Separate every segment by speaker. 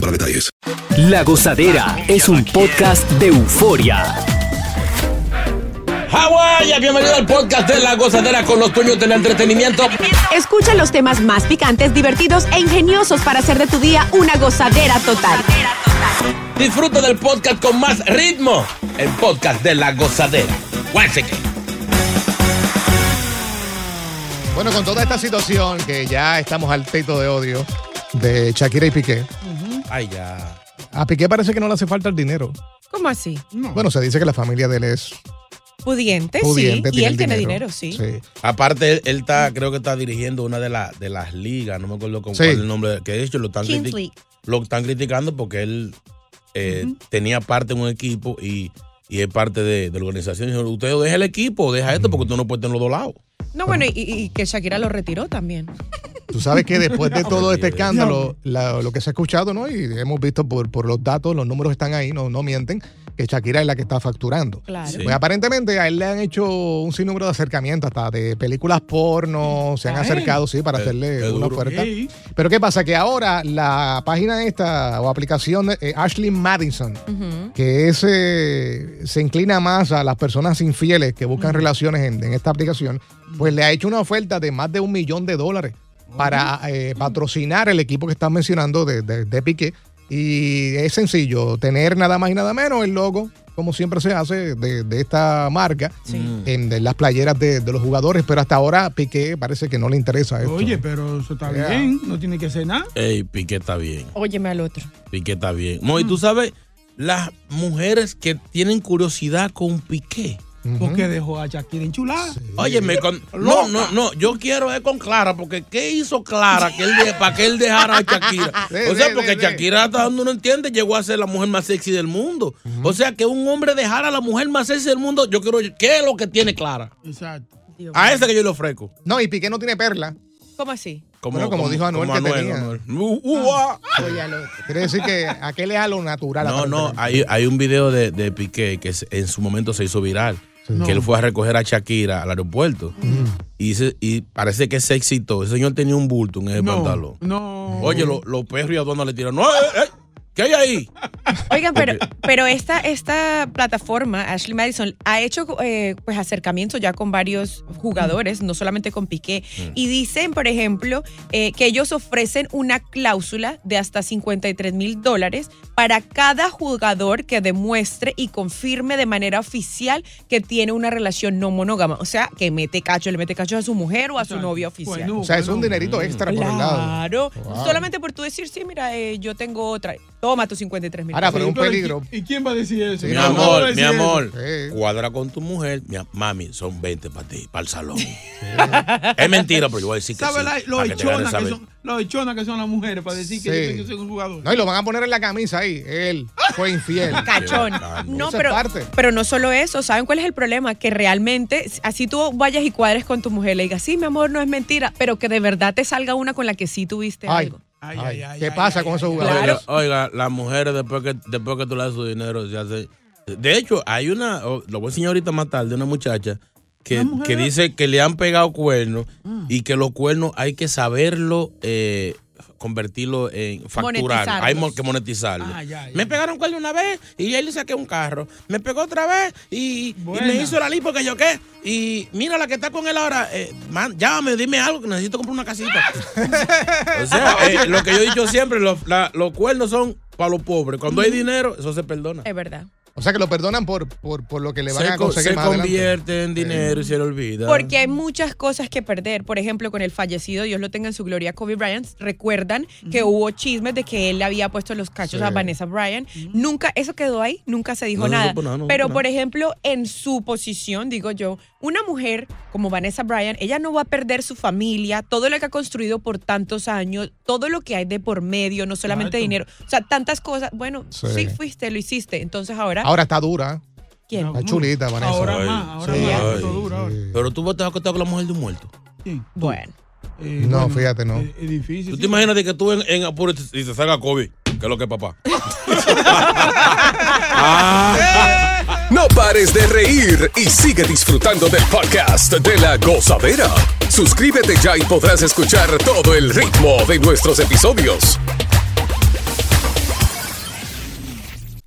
Speaker 1: para detalles.
Speaker 2: La Gozadera es un podcast de euforia.
Speaker 3: Hawái, bienvenido al podcast de La Gozadera con los dueños del entretenimiento.
Speaker 4: Escucha los temas más picantes, divertidos e ingeniosos para hacer de tu día una gozadera total.
Speaker 3: Disfruta del podcast con más ritmo. El podcast de La Gozadera. Once again.
Speaker 5: Bueno, con toda esta situación que ya estamos al techo de odio de Shakira y Piqué,
Speaker 3: Ay, ya.
Speaker 5: a Piqué parece que no le hace falta el dinero.
Speaker 6: ¿Cómo así?
Speaker 5: Bueno, se dice que la familia de él es
Speaker 6: Pudiente,
Speaker 5: pudiente.
Speaker 6: Eh, sí. Y él
Speaker 5: el
Speaker 6: tiene dinero, sí.
Speaker 3: Aparte, él, él está, creo que está dirigiendo una de, la- de las ligas, no me acuerdo con
Speaker 5: Sí.
Speaker 3: cuál es el nombre que es, lo están,
Speaker 6: Kings
Speaker 3: criti-
Speaker 6: League.
Speaker 3: lo están criticando porque él eh, tenía parte en un equipo y, y es parte de, de la organización. Dijo, Usted o deja el equipo, o deja esto porque tú no puedes tener los dos lados.
Speaker 6: No, bueno, y, y- y que Shakira lo retiró también.
Speaker 5: Tú sabes que después de todo este
Speaker 3: Dios.
Speaker 5: escándalo, la- lo que se ha escuchado, ¿no? Y hemos visto por, por los datos, los números están ahí, no, no mienten, que Shakira es la que está facturando.
Speaker 6: Claro.
Speaker 3: Sí.
Speaker 5: Pues aparentemente a él le han hecho un sinnúmero de acercamientos, hasta de películas porno, se han
Speaker 6: Ay.
Speaker 5: acercado, sí, para
Speaker 3: Qué-
Speaker 5: hacerle
Speaker 3: qué
Speaker 5: una
Speaker 3: Eh, duro.
Speaker 5: oferta.
Speaker 3: Ey.
Speaker 5: Pero ¿qué pasa? Que ahora la página esta o aplicación de eh, Ashley Madison, que es, eh, se inclina más a las personas infieles que buscan relaciones en, en esta aplicación, pues le ha hecho una oferta de más de un millón de dólares para eh, patrocinar el equipo que estás mencionando de, de, de Piqué. Y es sencillo, tener nada más y nada menos el logo, como siempre se hace, de, de esta marca
Speaker 6: Sí.
Speaker 5: en, en las playeras de, de los jugadores, pero hasta ahora Piqué parece que no le interesa esto.
Speaker 7: Oye, pero eso está
Speaker 5: Yeah.
Speaker 7: bien, no tiene que ser nada.
Speaker 3: Ey, Piqué está bien.
Speaker 6: Óyeme al otro.
Speaker 3: Piqué está bien. No, y tú sabes, las mujeres que tienen curiosidad con Piqué.
Speaker 7: Porque dejó a Shakira enchulada.
Speaker 3: Óyeme, con- no, no, no, yo quiero es con Clara, porque ¿qué hizo Clara que él de- para que él dejara a Shakira?
Speaker 5: Sí,
Speaker 3: o sea,
Speaker 5: sí,
Speaker 3: porque
Speaker 5: sí, sí.
Speaker 3: Shakira hasta donde uno entiende llegó a ser la mujer más sexy del mundo. O sea, que un hombre dejara a la mujer más sexy del mundo, yo quiero, ¿qué es lo que tiene Clara?
Speaker 7: Exacto.
Speaker 3: A esa que yo le ofrezco.
Speaker 5: No, y Piqué no tiene perla.
Speaker 6: ¿Cómo así?
Speaker 5: Bueno, como dijo Anuel que tenía.
Speaker 3: Uh, uh, ah.
Speaker 6: Oye al Pues otro.
Speaker 5: Quiere decir que aquel es a lo natural.
Speaker 3: No, no,
Speaker 5: aparentemente.
Speaker 3: hay, hay un video de, de Piqué que se- en su momento se hizo viral. Que él fue a recoger a Shakira al aeropuerto.
Speaker 7: Mm.
Speaker 3: Y, se- y parece que se excitó. Ese señor tenía un bulto en ese pantalón.
Speaker 7: No, no.
Speaker 3: Oye, lo- los perros y aduana le tiran. ¡No, eh, eh! ¿Qué hay ahí?
Speaker 6: Oigan, pero, pero esta, esta plataforma, Ashley Madison, ha hecho eh, pues acercamientos ya con varios jugadores, no solamente con Piqué.
Speaker 5: Mm.
Speaker 6: Y dicen, por ejemplo, eh, que ellos ofrecen una cláusula de hasta 53 mil dólares para cada jugador que demuestre y confirme de manera oficial que tiene una relación no monógama. O sea, que mete cacho, le mete cacho a su mujer o a su novia oficial.
Speaker 7: Bueno,
Speaker 5: O sea, es un
Speaker 7: bueno.
Speaker 5: dinerito extra Pues, por el lado.
Speaker 6: Claro,
Speaker 5: Wow.
Speaker 6: solamente por tú decir, sí, mira, eh, yo tengo otra, toma tus 53 mil.
Speaker 5: Ahora, pero
Speaker 7: Sí,
Speaker 5: un
Speaker 7: pero ¿y
Speaker 5: peligro.
Speaker 7: qui- ¿Y quién va a decir eso?
Speaker 5: Sí,
Speaker 3: Mi
Speaker 5: no, no
Speaker 7: ¿Quién va a
Speaker 3: amor, mi
Speaker 7: decir eso?
Speaker 3: amor.
Speaker 5: Sí.
Speaker 3: Cuadra con tu mujer. Mi am- mami, son 20 para ti, para el salón. es mentira, pero yo voy a decir que
Speaker 7: ¿Sabe
Speaker 3: sí.
Speaker 7: la- lo
Speaker 3: para que te ganes
Speaker 7: hechona que
Speaker 3: saber.
Speaker 7: son- lo hechona que son las mujeres para decir que
Speaker 5: Sí.
Speaker 7: yo- que yo soy un jugador?
Speaker 5: No, y lo van a poner en la camisa ahí. Él fue infiel.
Speaker 6: Cachón.
Speaker 3: Claro.
Speaker 6: No,
Speaker 5: Ah, Esa
Speaker 6: pero,
Speaker 5: parte.
Speaker 6: pero no solo eso. ¿Saben cuál es el problema? Que realmente, así tú vayas y cuadres con tu mujer, le digas, sí, mi amor, no es mentira, pero que de verdad te salga una con la que sí tuviste
Speaker 5: Ay,
Speaker 6: algo.
Speaker 7: Ay,
Speaker 5: ay,
Speaker 7: ay, ay,
Speaker 5: ¿Qué
Speaker 7: ay,
Speaker 5: pasa
Speaker 7: ay,
Speaker 5: con
Speaker 7: ay,
Speaker 5: esos
Speaker 7: ay.
Speaker 3: Oiga,
Speaker 5: jugadores?
Speaker 3: oiga, las mujeres después que, después que tú le das su dinero, se hace. De hecho, hay una, oh, lo voy a enseñar ahorita más tarde, una muchacha que,
Speaker 7: Mm.
Speaker 3: que dice que le han pegado cuernos y que los cuernos hay que saberlo eh, convertirlo en facturar.
Speaker 6: Monetizarlos.
Speaker 3: Hay mo- que monetizarlo.
Speaker 7: Ah, ya, ya.
Speaker 3: Me pegaron cuerda una vez y ahí le saqué un carro. Me pegó otra vez y, y
Speaker 7: Buena.
Speaker 3: me hizo la lipo que yo qué. Y mira la que está con él ahora. eh, man, llámame, dime algo que necesito comprar una casita. o sea, eh, lo que yo he dicho siempre, los, la- los cuernos son para los pobres. Cuando hay dinero, eso se perdona.
Speaker 6: Es verdad.
Speaker 5: O sea que lo perdonan por, por, por lo que Eh, le van
Speaker 3: Se,
Speaker 5: a
Speaker 3: co-
Speaker 5: conseguir
Speaker 3: se
Speaker 5: más adelante.
Speaker 3: convierte en dinero y se le olvida.
Speaker 6: Porque hay muchas cosas que perder. Por ejemplo, con el fallecido, Dios lo tenga en su gloria, Kobe Bryant. Recuerdan que hubo chismes de que él le había puesto los cachos
Speaker 5: Sí.
Speaker 6: a Vanessa Bryant. Nunca, eso quedó ahí, nunca se dijo
Speaker 3: No se
Speaker 6: nada.
Speaker 3: supo nada, no
Speaker 6: Pero,
Speaker 3: supo
Speaker 6: por
Speaker 3: nada.
Speaker 6: ejemplo, en su posición, digo yo, una mujer como Vanessa Bryant, ella no va a perder su familia, todo lo que ha construido por tantos años, todo lo que hay de por medio, no solamente
Speaker 7: Exacto.
Speaker 6: dinero. O sea, tantas cosas. Bueno,
Speaker 5: Sí.
Speaker 6: sí, fuiste, lo hiciste. Entonces ahora,
Speaker 5: Ahora está dura. ¿eh?
Speaker 6: ¿quién?
Speaker 5: Está chulita, Vanessa.
Speaker 7: Ahora
Speaker 3: Ay,
Speaker 7: más, ahora
Speaker 3: sí.
Speaker 7: más.
Speaker 3: Ay,
Speaker 7: esto dura ahora.
Speaker 5: Sí.
Speaker 3: Pero tú vos te vas a acostar con la mujer de un muerto.
Speaker 7: ¿Quién? Tú.
Speaker 6: Bueno.
Speaker 7: Eh,
Speaker 5: No, fíjate, no.
Speaker 7: Es, es difícil.
Speaker 3: ¿Tú
Speaker 7: sí.
Speaker 3: te imaginas de que tú en, en apuro y te- y te salga COVID? ¿Qué es lo que es, papá?
Speaker 1: No pares de reír y sigue disfrutando del podcast de la gozadera. Suscríbete ya y podrás escuchar todo el ritmo de nuestros episodios.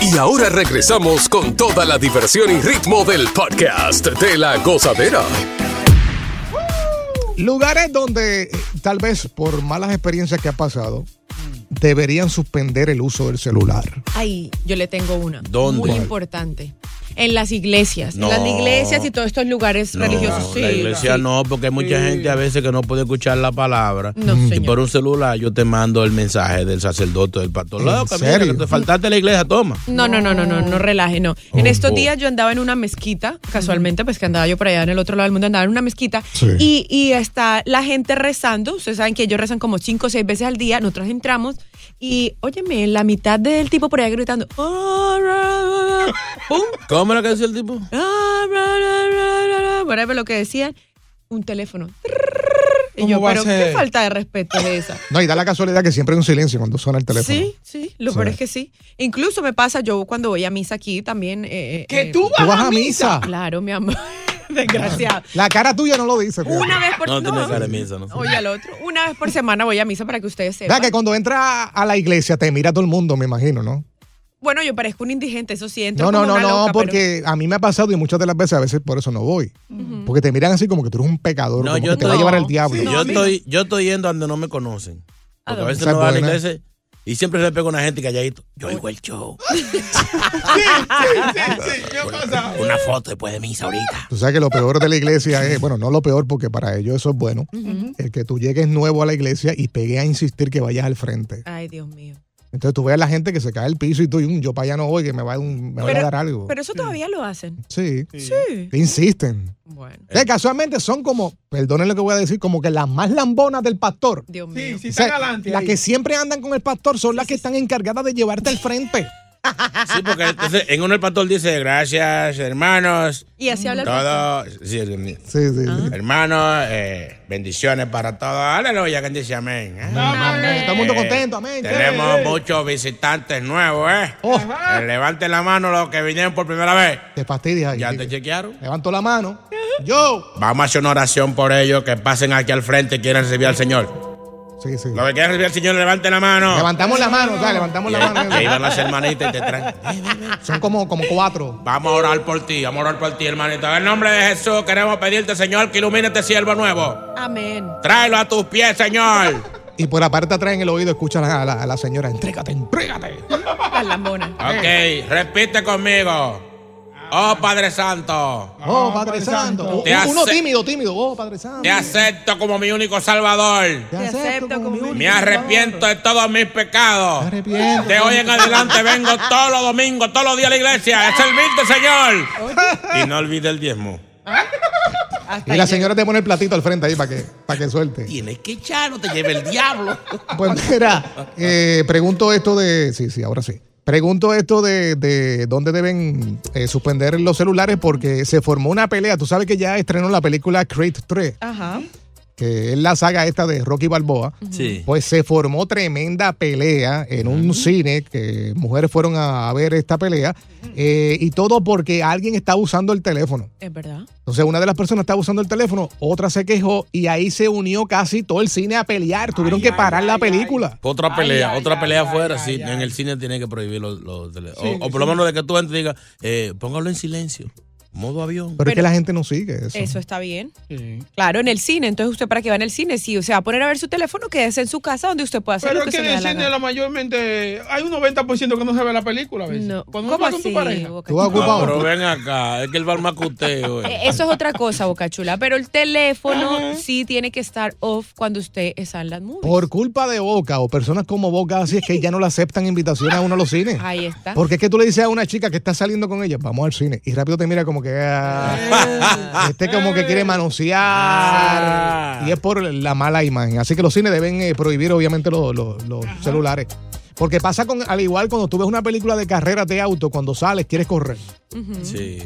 Speaker 1: Y ahora regresamos con toda la diversión y ritmo del podcast de la gozadera.
Speaker 5: Lugares donde eh, tal vez por malas experiencias que ha pasado,
Speaker 6: Mm.
Speaker 5: deberían suspender el uso del celular.
Speaker 6: Ahí yo le tengo una.
Speaker 3: ¿Dónde?
Speaker 6: Muy
Speaker 3: ¿Cuál?
Speaker 6: importante. En las iglesias.
Speaker 3: No.
Speaker 6: En las iglesias y todos estos lugares
Speaker 3: No,
Speaker 6: religiosos. Sí.
Speaker 3: La iglesia
Speaker 6: sí.
Speaker 3: no, porque hay mucha gente a veces que no puede escuchar la palabra.
Speaker 6: No,
Speaker 3: Y
Speaker 6: señor.
Speaker 3: por un celular yo te mando el mensaje del sacerdote, del pastor.
Speaker 5: ¿En
Speaker 3: Loco, mira,
Speaker 5: serio?
Speaker 3: que te faltaste a la iglesia, toma.
Speaker 6: No, no, no, no, no, no relaje, no. en
Speaker 3: Oh,
Speaker 6: estos
Speaker 3: oh.
Speaker 6: días yo andaba en una mezquita, casualmente, pues que andaba yo por allá en el otro lado del mundo, andaba en una mezquita
Speaker 5: Sí.
Speaker 6: y, y está la gente rezando. Ustedes saben que ellos rezan como cinco o seis veces al día. Nosotros entramos y, óyeme, la mitad del tipo por allá gritando, "Ah, ra, ra, ra", ¡pum!
Speaker 3: ¿Cómo era que decía el tipo?
Speaker 6: Ah, ra, ra, ra, ra, ra, whatever lo que decían, un teléfono. Y
Speaker 7: ¿Cómo
Speaker 6: yo,
Speaker 7: va a
Speaker 6: pero
Speaker 7: ser?
Speaker 6: qué falta de respeto de esa.
Speaker 5: No, y da la casualidad que siempre hay un silencio cuando suena el teléfono.
Speaker 6: Sí, sí, lo
Speaker 5: Sí.
Speaker 6: peor es que sí. Incluso me pasa yo cuando voy a misa aquí también. eh, eh,
Speaker 7: Que
Speaker 6: eh,
Speaker 7: tú vas,
Speaker 5: Tú vas
Speaker 7: a
Speaker 5: a misa.
Speaker 6: Claro, mi amor. Desgraciado.
Speaker 5: La cara tuya no lo dice. fíjate.
Speaker 6: Una vez por
Speaker 3: No,
Speaker 6: semana.
Speaker 3: tiene cara de misa, no sé.
Speaker 6: Oye, al otro. Una vez por semana voy a misa para que ustedes sepan.
Speaker 5: Vea que cuando entra a la iglesia te mira todo el mundo, me imagino, ¿no?
Speaker 6: Bueno, yo parezco un indigente, eso sí. entro
Speaker 5: No, no,
Speaker 6: como
Speaker 5: no,
Speaker 6: una
Speaker 5: no,
Speaker 6: loca,
Speaker 5: porque a mí me ha pasado y muchas de las veces, a veces por eso no voy. Porque te miran así como que tú eres un pecador,
Speaker 3: No,
Speaker 5: como
Speaker 3: yo
Speaker 5: que te va a
Speaker 3: no.
Speaker 5: llevar el diablo.
Speaker 7: Sí,
Speaker 3: yo,
Speaker 7: a mí
Speaker 3: estoy, yo estoy yendo a donde no me conocen. Porque
Speaker 6: ¿A
Speaker 3: a
Speaker 6: dónde?
Speaker 3: veces
Speaker 5: Esa
Speaker 3: no
Speaker 5: es
Speaker 3: va a la
Speaker 5: buena.
Speaker 3: iglesia y siempre se le pega una gente calladito. Yo oigo el show.
Speaker 7: Sí, ¿qué pasa?
Speaker 3: Una foto después de misa ahorita.
Speaker 5: Tú sabes que lo peor de la iglesia es, bueno, no lo peor porque para ellos eso es bueno, el que tú llegues nuevo a la iglesia y pegue a insistir que vayas al frente.
Speaker 6: Pero... Ay, Dios mío.
Speaker 5: Entonces tú ves a la gente que se cae al piso y tú, "Mm, yo para allá no voy, que me, va, un- me van a
Speaker 6: Pero-
Speaker 5: dar algo.
Speaker 6: Pero eso todavía lo hacen.
Speaker 5: sí,
Speaker 6: Sí.
Speaker 5: que insisten.
Speaker 3: Eh.
Speaker 6: Bueno,
Speaker 5: Entonces, casualmente son como, perdonen lo que voy a decir, como que las más lambonas del pastor.
Speaker 6: Dios mío.
Speaker 7: Sí, sí,
Speaker 5: O
Speaker 7: está
Speaker 5: sea,
Speaker 7: galante.
Speaker 5: las
Speaker 7: ahí.
Speaker 5: que siempre andan con el pastor son las que están encargadas de llevarte al frente.
Speaker 3: Sí, porque entonces en uno el pastor dice, gracias, hermanos.
Speaker 6: Y así habla el
Speaker 3: Ah.
Speaker 6: pastor.
Speaker 3: Todo. Sí, el-
Speaker 5: Sí, sí. sí.
Speaker 3: Hermanos, eh, bendiciones para todos. Aleluya, que dice amén. ¿eh?
Speaker 6: Ah.
Speaker 5: Amén. Todo el mundo contento, amén.
Speaker 3: Tenemos
Speaker 5: chévere.
Speaker 3: muchos visitantes nuevos, ¿eh?
Speaker 5: Oh.
Speaker 3: Eh, Levanten la mano los que vinieron por primera vez.
Speaker 5: Te fastidias ahí.
Speaker 3: ¿Ya
Speaker 5: sí.
Speaker 3: te chequearon?
Speaker 5: Levanto la mano. Yo.
Speaker 3: Vamos a hacer una oración por ellos que pasen aquí al frente y quieran recibir al Señor.
Speaker 5: Sí, sí.
Speaker 3: Los que quieran recibir al Señor, levanten la mano.
Speaker 5: Levantamos la mano, o sea, levantamos
Speaker 3: Y
Speaker 5: la
Speaker 3: ahí- ahí van
Speaker 5: mano.
Speaker 3: las hermanitas y te traen.
Speaker 5: Son como, como cuatro.
Speaker 3: Vamos a orar por ti, vamos a orar por ti, hermanito. En el nombre de Jesús queremos pedirte, Señor, que ilumine este siervo nuevo.
Speaker 6: Amén.
Speaker 3: Tráelo a tus pies, Señor.
Speaker 5: Y por aparte atrás en el oído escuchan a la, a la señora, entrégate, entrégate.
Speaker 6: La lambona.
Speaker 3: Ok, repite conmigo. Oh Padre Santo,
Speaker 5: Oh, Padre Santo.
Speaker 3: Te
Speaker 5: Uno
Speaker 3: hace-
Speaker 5: tímido, tímido. Oh, Padre Santo.
Speaker 3: te acepto como mi único salvador.
Speaker 5: Te
Speaker 6: acepto como mi
Speaker 3: Me arrepiento de todos mis pecados.
Speaker 5: arrepiento.
Speaker 3: De hoy en adelante vengo todos los domingos, todos los días a la iglesia a servirte, Señor. Y no olvides el diezmo.
Speaker 6: Hasta
Speaker 5: Y la
Speaker 6: ahí
Speaker 5: señora te pone el platito al frente ahí para que, para que suelte.
Speaker 3: Tienes que echar, no te lleve el diablo.
Speaker 5: Pues mira, eh, pregunto esto de. Sí, sí, ahora sí. Pregunto esto de, de dónde deben eh, suspender los celulares porque se formó una pelea. Tú sabes que ya estrenó la película Creed 3,
Speaker 6: llegué. Ajá.
Speaker 5: que es la saga esta de Rocky Balboa.
Speaker 8: Sí.
Speaker 5: Pues se formó tremenda pelea en un cine que mujeres fueron a ver esta pelea eh, y todo porque alguien estaba usando el teléfono.
Speaker 6: Es verdad.
Speaker 5: Entonces una de las personas estaba usando el teléfono, otra se quejó y ahí se unió casi todo el cine a pelear. Tuvieron que parar la película.
Speaker 3: Otra pelea, otra pelea afuera, sí. en el cine tienen que prohibir los, los tele- o, o por lo menos de que tú entres y digas, eh, póngalo en silencio, modo avión.
Speaker 5: Pero es que
Speaker 6: Pero-
Speaker 5: la gente no sigue eso.
Speaker 6: Eso está bien. Claro, en el cine. Entonces, ¿usted para qué va en el cine? Si se va a poner a ver su teléfono, quédese en su casa donde usted puede hacer
Speaker 7: Pero
Speaker 6: lo que
Speaker 7: es que
Speaker 6: se
Speaker 7: en
Speaker 6: le da
Speaker 7: el
Speaker 6: la
Speaker 7: cine
Speaker 6: gana.
Speaker 7: la mayormente hay un 90% que no se ve la película a veces.
Speaker 6: No.
Speaker 7: Cuando
Speaker 6: ¿Cómo
Speaker 7: uno va con
Speaker 6: así?
Speaker 7: tu pareja.
Speaker 6: Boca
Speaker 5: Tú vas
Speaker 6: Chula?
Speaker 3: No,
Speaker 5: ocupado.
Speaker 3: Ah, pero ven acá, es que el balmacuteo.
Speaker 6: Eh, Eso es otra cosa, Bocachula. Pero el teléfono sí tiene que estar off cuando usted está en las movies.
Speaker 5: Por culpa de Boca o personas como Boca, así es que ya no le aceptan invitaciones a uno a los cines.
Speaker 6: Ahí está.
Speaker 5: Porque es que tú le dices a una chica que está saliendo con ella, vamos al cine, y rápido te mira como que. ah, este como que quiere manosear. Y es por la mala imagen. Así que los cines deben eh, prohibir, obviamente, los, los- los celulares. Porque pasa con, al igual cuando tú ves una película de carreras de auto, cuando sales quieres correr,
Speaker 3: Sí.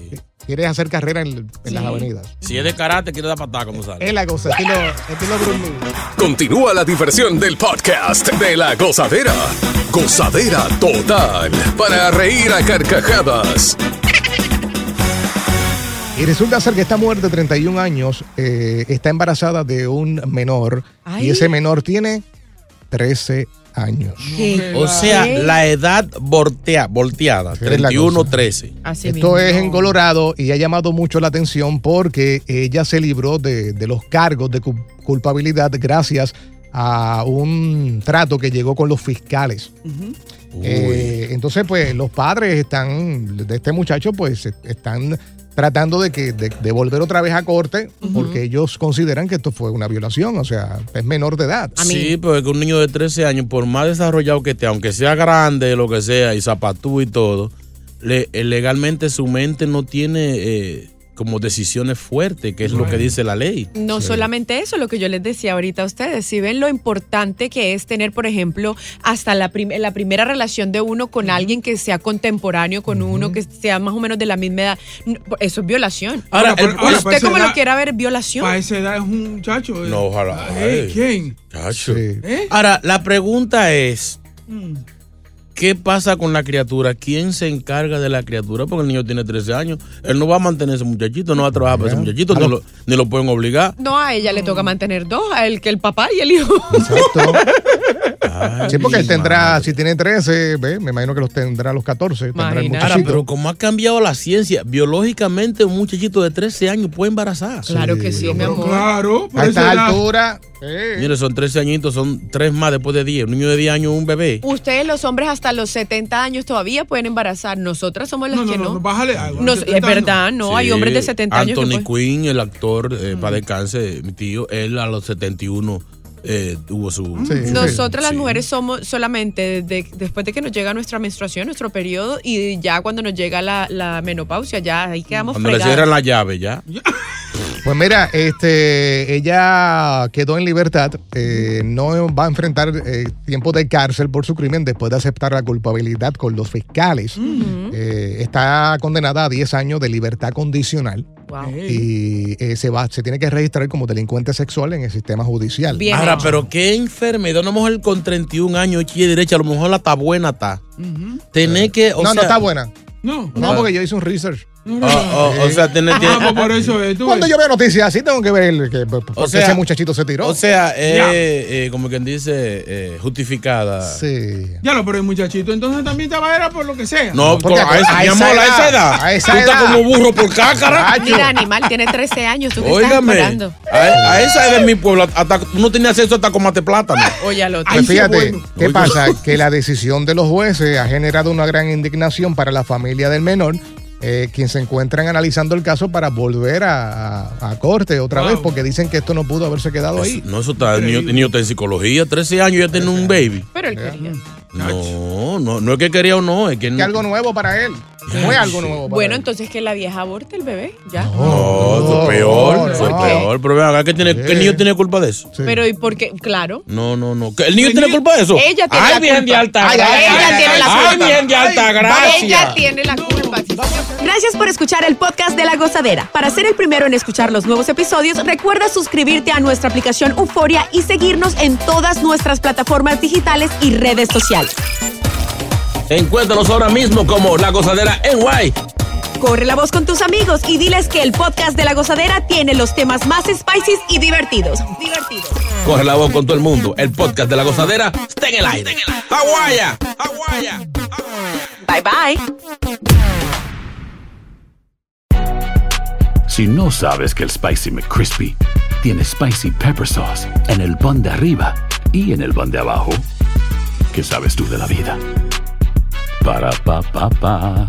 Speaker 5: quieres hacer carrera en, en las avenidas.
Speaker 3: Si es de karate, quiere dar patada como sale.
Speaker 5: Es la cosa, estilo, estilo Bruce Lee.
Speaker 9: Continúa la diversión del podcast de la gozadera. Gozadera total. Para reír a carcajadas.
Speaker 5: Y resulta ser que esta mujer de 31 años eh, está embarazada de un menor
Speaker 6: Ay.
Speaker 5: y ese menor tiene 13 años.
Speaker 6: ¿Qué?
Speaker 3: O sea,
Speaker 6: ¿Qué?
Speaker 3: la edad voltea, volteada,
Speaker 5: Sí, es la
Speaker 3: 31, 13.
Speaker 6: Así
Speaker 5: Esto
Speaker 6: mismo.
Speaker 5: es en Colorado y ha llamado mucho la atención porque ella se libró de, de los cargos de cu- culpabilidad gracias a un trato que llegó con los fiscales. Eh, entonces, pues los padres están, de este muchacho, pues est- están tratando de que de, de volver otra vez a corte porque ellos consideran que esto fue una violación, o sea, es menor de edad.
Speaker 3: Sí, pero es que un niño de 13 años, por más desarrollado que esté, aunque sea grande, lo que sea, y zapatú y todo, le- eh, legalmente su mente no tiene eh, como decisiones fuertes, que es lo que dice la ley.
Speaker 6: No solamente eso, lo que yo les decía ahorita a ustedes, si ven lo importante que es tener, por ejemplo, hasta la, prim- la primera relación de uno con alguien que sea contemporáneo con uno, que sea más o menos de la misma edad, no, eso es violación.
Speaker 3: Ahora,
Speaker 7: Ahora,
Speaker 3: el-
Speaker 7: ahora,
Speaker 3: usted-
Speaker 7: para
Speaker 6: Usted
Speaker 7: esa
Speaker 6: como
Speaker 7: edad-
Speaker 6: lo quiera ver, violación.
Speaker 7: Para esa edad es un muchacho. eh.
Speaker 3: No, ojalá.
Speaker 7: Eh,
Speaker 3: Ay,
Speaker 7: ¿Quién?
Speaker 3: chacho.
Speaker 5: Sí.
Speaker 7: ¿Eh?
Speaker 3: Ahora, la pregunta es,
Speaker 7: Mm.
Speaker 3: ¿qué pasa con la criatura? ¿Quién se encarga de la criatura? Porque el niño tiene 13 años. Él no va a mantener a ese muchachito, no va a trabajar para ese
Speaker 5: Ya.
Speaker 3: muchachito,
Speaker 5: A
Speaker 3: no
Speaker 5: lo-
Speaker 3: lo- ni lo pueden obligar.
Speaker 6: No, a ella le toca mantener dos, a él que el papá y el hijo.
Speaker 5: Exacto. Sí, porque él
Speaker 3: Ay,
Speaker 5: tendrá,
Speaker 3: madre.
Speaker 5: si tiene 13, ve, me imagino que los tendrá a los 14, tendrá el
Speaker 6: Imagínate.
Speaker 3: Ahora,
Speaker 5: muchachito.
Speaker 3: pero como ha cambiado la ciencia, biológicamente un muchachito de 13 años puede embarazar.
Speaker 6: Claro que sí, mi
Speaker 7: Pero
Speaker 6: amor.
Speaker 7: claro, para
Speaker 5: A esta
Speaker 7: esa edad.
Speaker 5: altura, eh,
Speaker 3: Mire, son 13 añitos, son 3 más después de 10. Un niño de 10 años, un bebé.
Speaker 6: Ustedes los hombres hasta los 70 años todavía pueden embarazar, nosotras somos las
Speaker 7: No, no,
Speaker 6: que
Speaker 7: no,
Speaker 6: no.
Speaker 7: no, bájale algo.
Speaker 6: Nos- es
Speaker 7: 70 años.
Speaker 6: verdad, no, hay
Speaker 3: Sí,
Speaker 6: hombres de 70 años. que
Speaker 3: Anthony
Speaker 6: pueden- Mm.
Speaker 3: Quinn, el actor, eh, para descanse, mi tío, él a los 71 eh, tuvo su...
Speaker 5: Mm. Sí, sí.
Speaker 6: Nosotras las
Speaker 3: Sí.
Speaker 6: mujeres somos solamente de- después de que nos llega nuestra menstruación, nuestro periodo, y ya cuando nos llega la, la menopausia, ya ahí quedamos
Speaker 3: Cuando le
Speaker 6: fregadas.
Speaker 3: cierran la llave ya.
Speaker 5: Pues mira, este, ella quedó en libertad, eh, no va a enfrentar eh, tiempo de cárcel por su crimen después de aceptar la culpabilidad con los fiscales. Eh, está condenada a 10 años de libertad condicional
Speaker 6: Wow.
Speaker 7: Ey.
Speaker 5: y eh, se, va, se tiene que registrar como delincuente sexual en el sistema judicial.
Speaker 6: Bien
Speaker 3: Ahora,
Speaker 6: hecho.
Speaker 3: pero qué enfermedad. A lo mejor con 31 años, aquí derecha, a lo mejor la está buena, está.
Speaker 7: Ujú.
Speaker 3: Tener que... o
Speaker 5: no, no
Speaker 3: sea,
Speaker 5: está buena.
Speaker 7: No.
Speaker 5: No, porque yo hice un research.
Speaker 3: Oh, oh, o sea, tiene, tiene-
Speaker 7: Ah, pues por eso es. tú
Speaker 5: Cuando
Speaker 7: ves.
Speaker 5: yo veo noticias así, tengo que ver el que, por- porque
Speaker 3: sea-
Speaker 5: ese muchachito se tiró.
Speaker 3: o sea, eh,
Speaker 7: Ya.
Speaker 3: eh, como quien dice, eh, justificada.
Speaker 5: sí.
Speaker 7: Ya lo, pero el muchachito entonces también estaba era por lo que sea.
Speaker 3: No,
Speaker 5: Porque
Speaker 3: con- a, esa, mi amor, a esa edad.
Speaker 5: a esa
Speaker 3: tú estás
Speaker 5: edad.
Speaker 3: como burro por cácara.
Speaker 5: Cacho.
Speaker 6: Mira, animal, tiene 13 años, tú que estás
Speaker 3: Óigame.
Speaker 6: esperando.
Speaker 3: A, e, a esa edad en mi pueblo, hasta, tú no tenías acceso hasta con mate plátano.
Speaker 6: Oye, al otro.
Speaker 7: Ay,
Speaker 5: Pues
Speaker 7: sí,
Speaker 5: fíjate,
Speaker 7: bueno.
Speaker 5: ¿qué
Speaker 3: Oiga.
Speaker 5: pasa? Que la decisión de los jueces ha generado una gran indignación para la familia del menor, eh, quien se encuentran analizando el caso para volver a, a- a corte otra
Speaker 7: Wow.
Speaker 5: vez, porque dicen que esto no pudo haberse quedado ahí.
Speaker 3: Eso- no, eso está. Ni, ni yo está en psicología. 13 años ya tiene un baby.
Speaker 6: Pero él quería.
Speaker 3: Mm. No, no, no es que quería o no. Es que,
Speaker 5: Que
Speaker 3: no-
Speaker 5: algo nuevo para él. Fue algo nuevo para
Speaker 6: Bueno,
Speaker 5: él.
Speaker 6: entonces que la vieja aborte el bebé, ya.
Speaker 3: No,
Speaker 5: No,
Speaker 3: fue peor.
Speaker 5: no,
Speaker 3: Fue
Speaker 5: no.
Speaker 3: peor. Pero vean, acá que tiene, que el niño tiene culpa de eso.
Speaker 5: Sí.
Speaker 6: Pero ¿y por qué? Claro.
Speaker 3: No, no, no. ¿Que ¿El niño tiene culpa de eso?
Speaker 6: Ella tiene
Speaker 3: Ay,
Speaker 6: la
Speaker 3: bien
Speaker 6: culpa.
Speaker 3: de alta
Speaker 6: Ay,
Speaker 3: gracia.
Speaker 6: ella tiene la
Speaker 3: Ay,
Speaker 6: culpa.
Speaker 3: bien de alta gracia.
Speaker 6: Ella tiene la culpa.
Speaker 4: Gracias por escuchar el podcast de La Gozadera. Para ser el primero en escuchar los nuevos episodios, recuerda suscribirte a nuestra aplicación Euforia y seguirnos en todas nuestras plataformas digitales y redes sociales.
Speaker 3: Encuéntranos ahora mismo como La Gozadera en Guay.
Speaker 4: Corre la voz con tus amigos y diles que el podcast de La Gozadera tiene los temas más spicy y divertidos. Divertidos.
Speaker 3: Corre la voz con todo el mundo. El podcast de La Gozadera está en el aire. ¡Aguaya! ¡Aguaya!
Speaker 4: Bye bye.
Speaker 2: Si no sabes que el Spicy McCrispy tiene Spicy Pepper Sauce en el pan de arriba y en el pan de abajo, ¿qué sabes tú de la vida? Para, pa, pa, pa.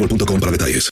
Speaker 1: para detalles.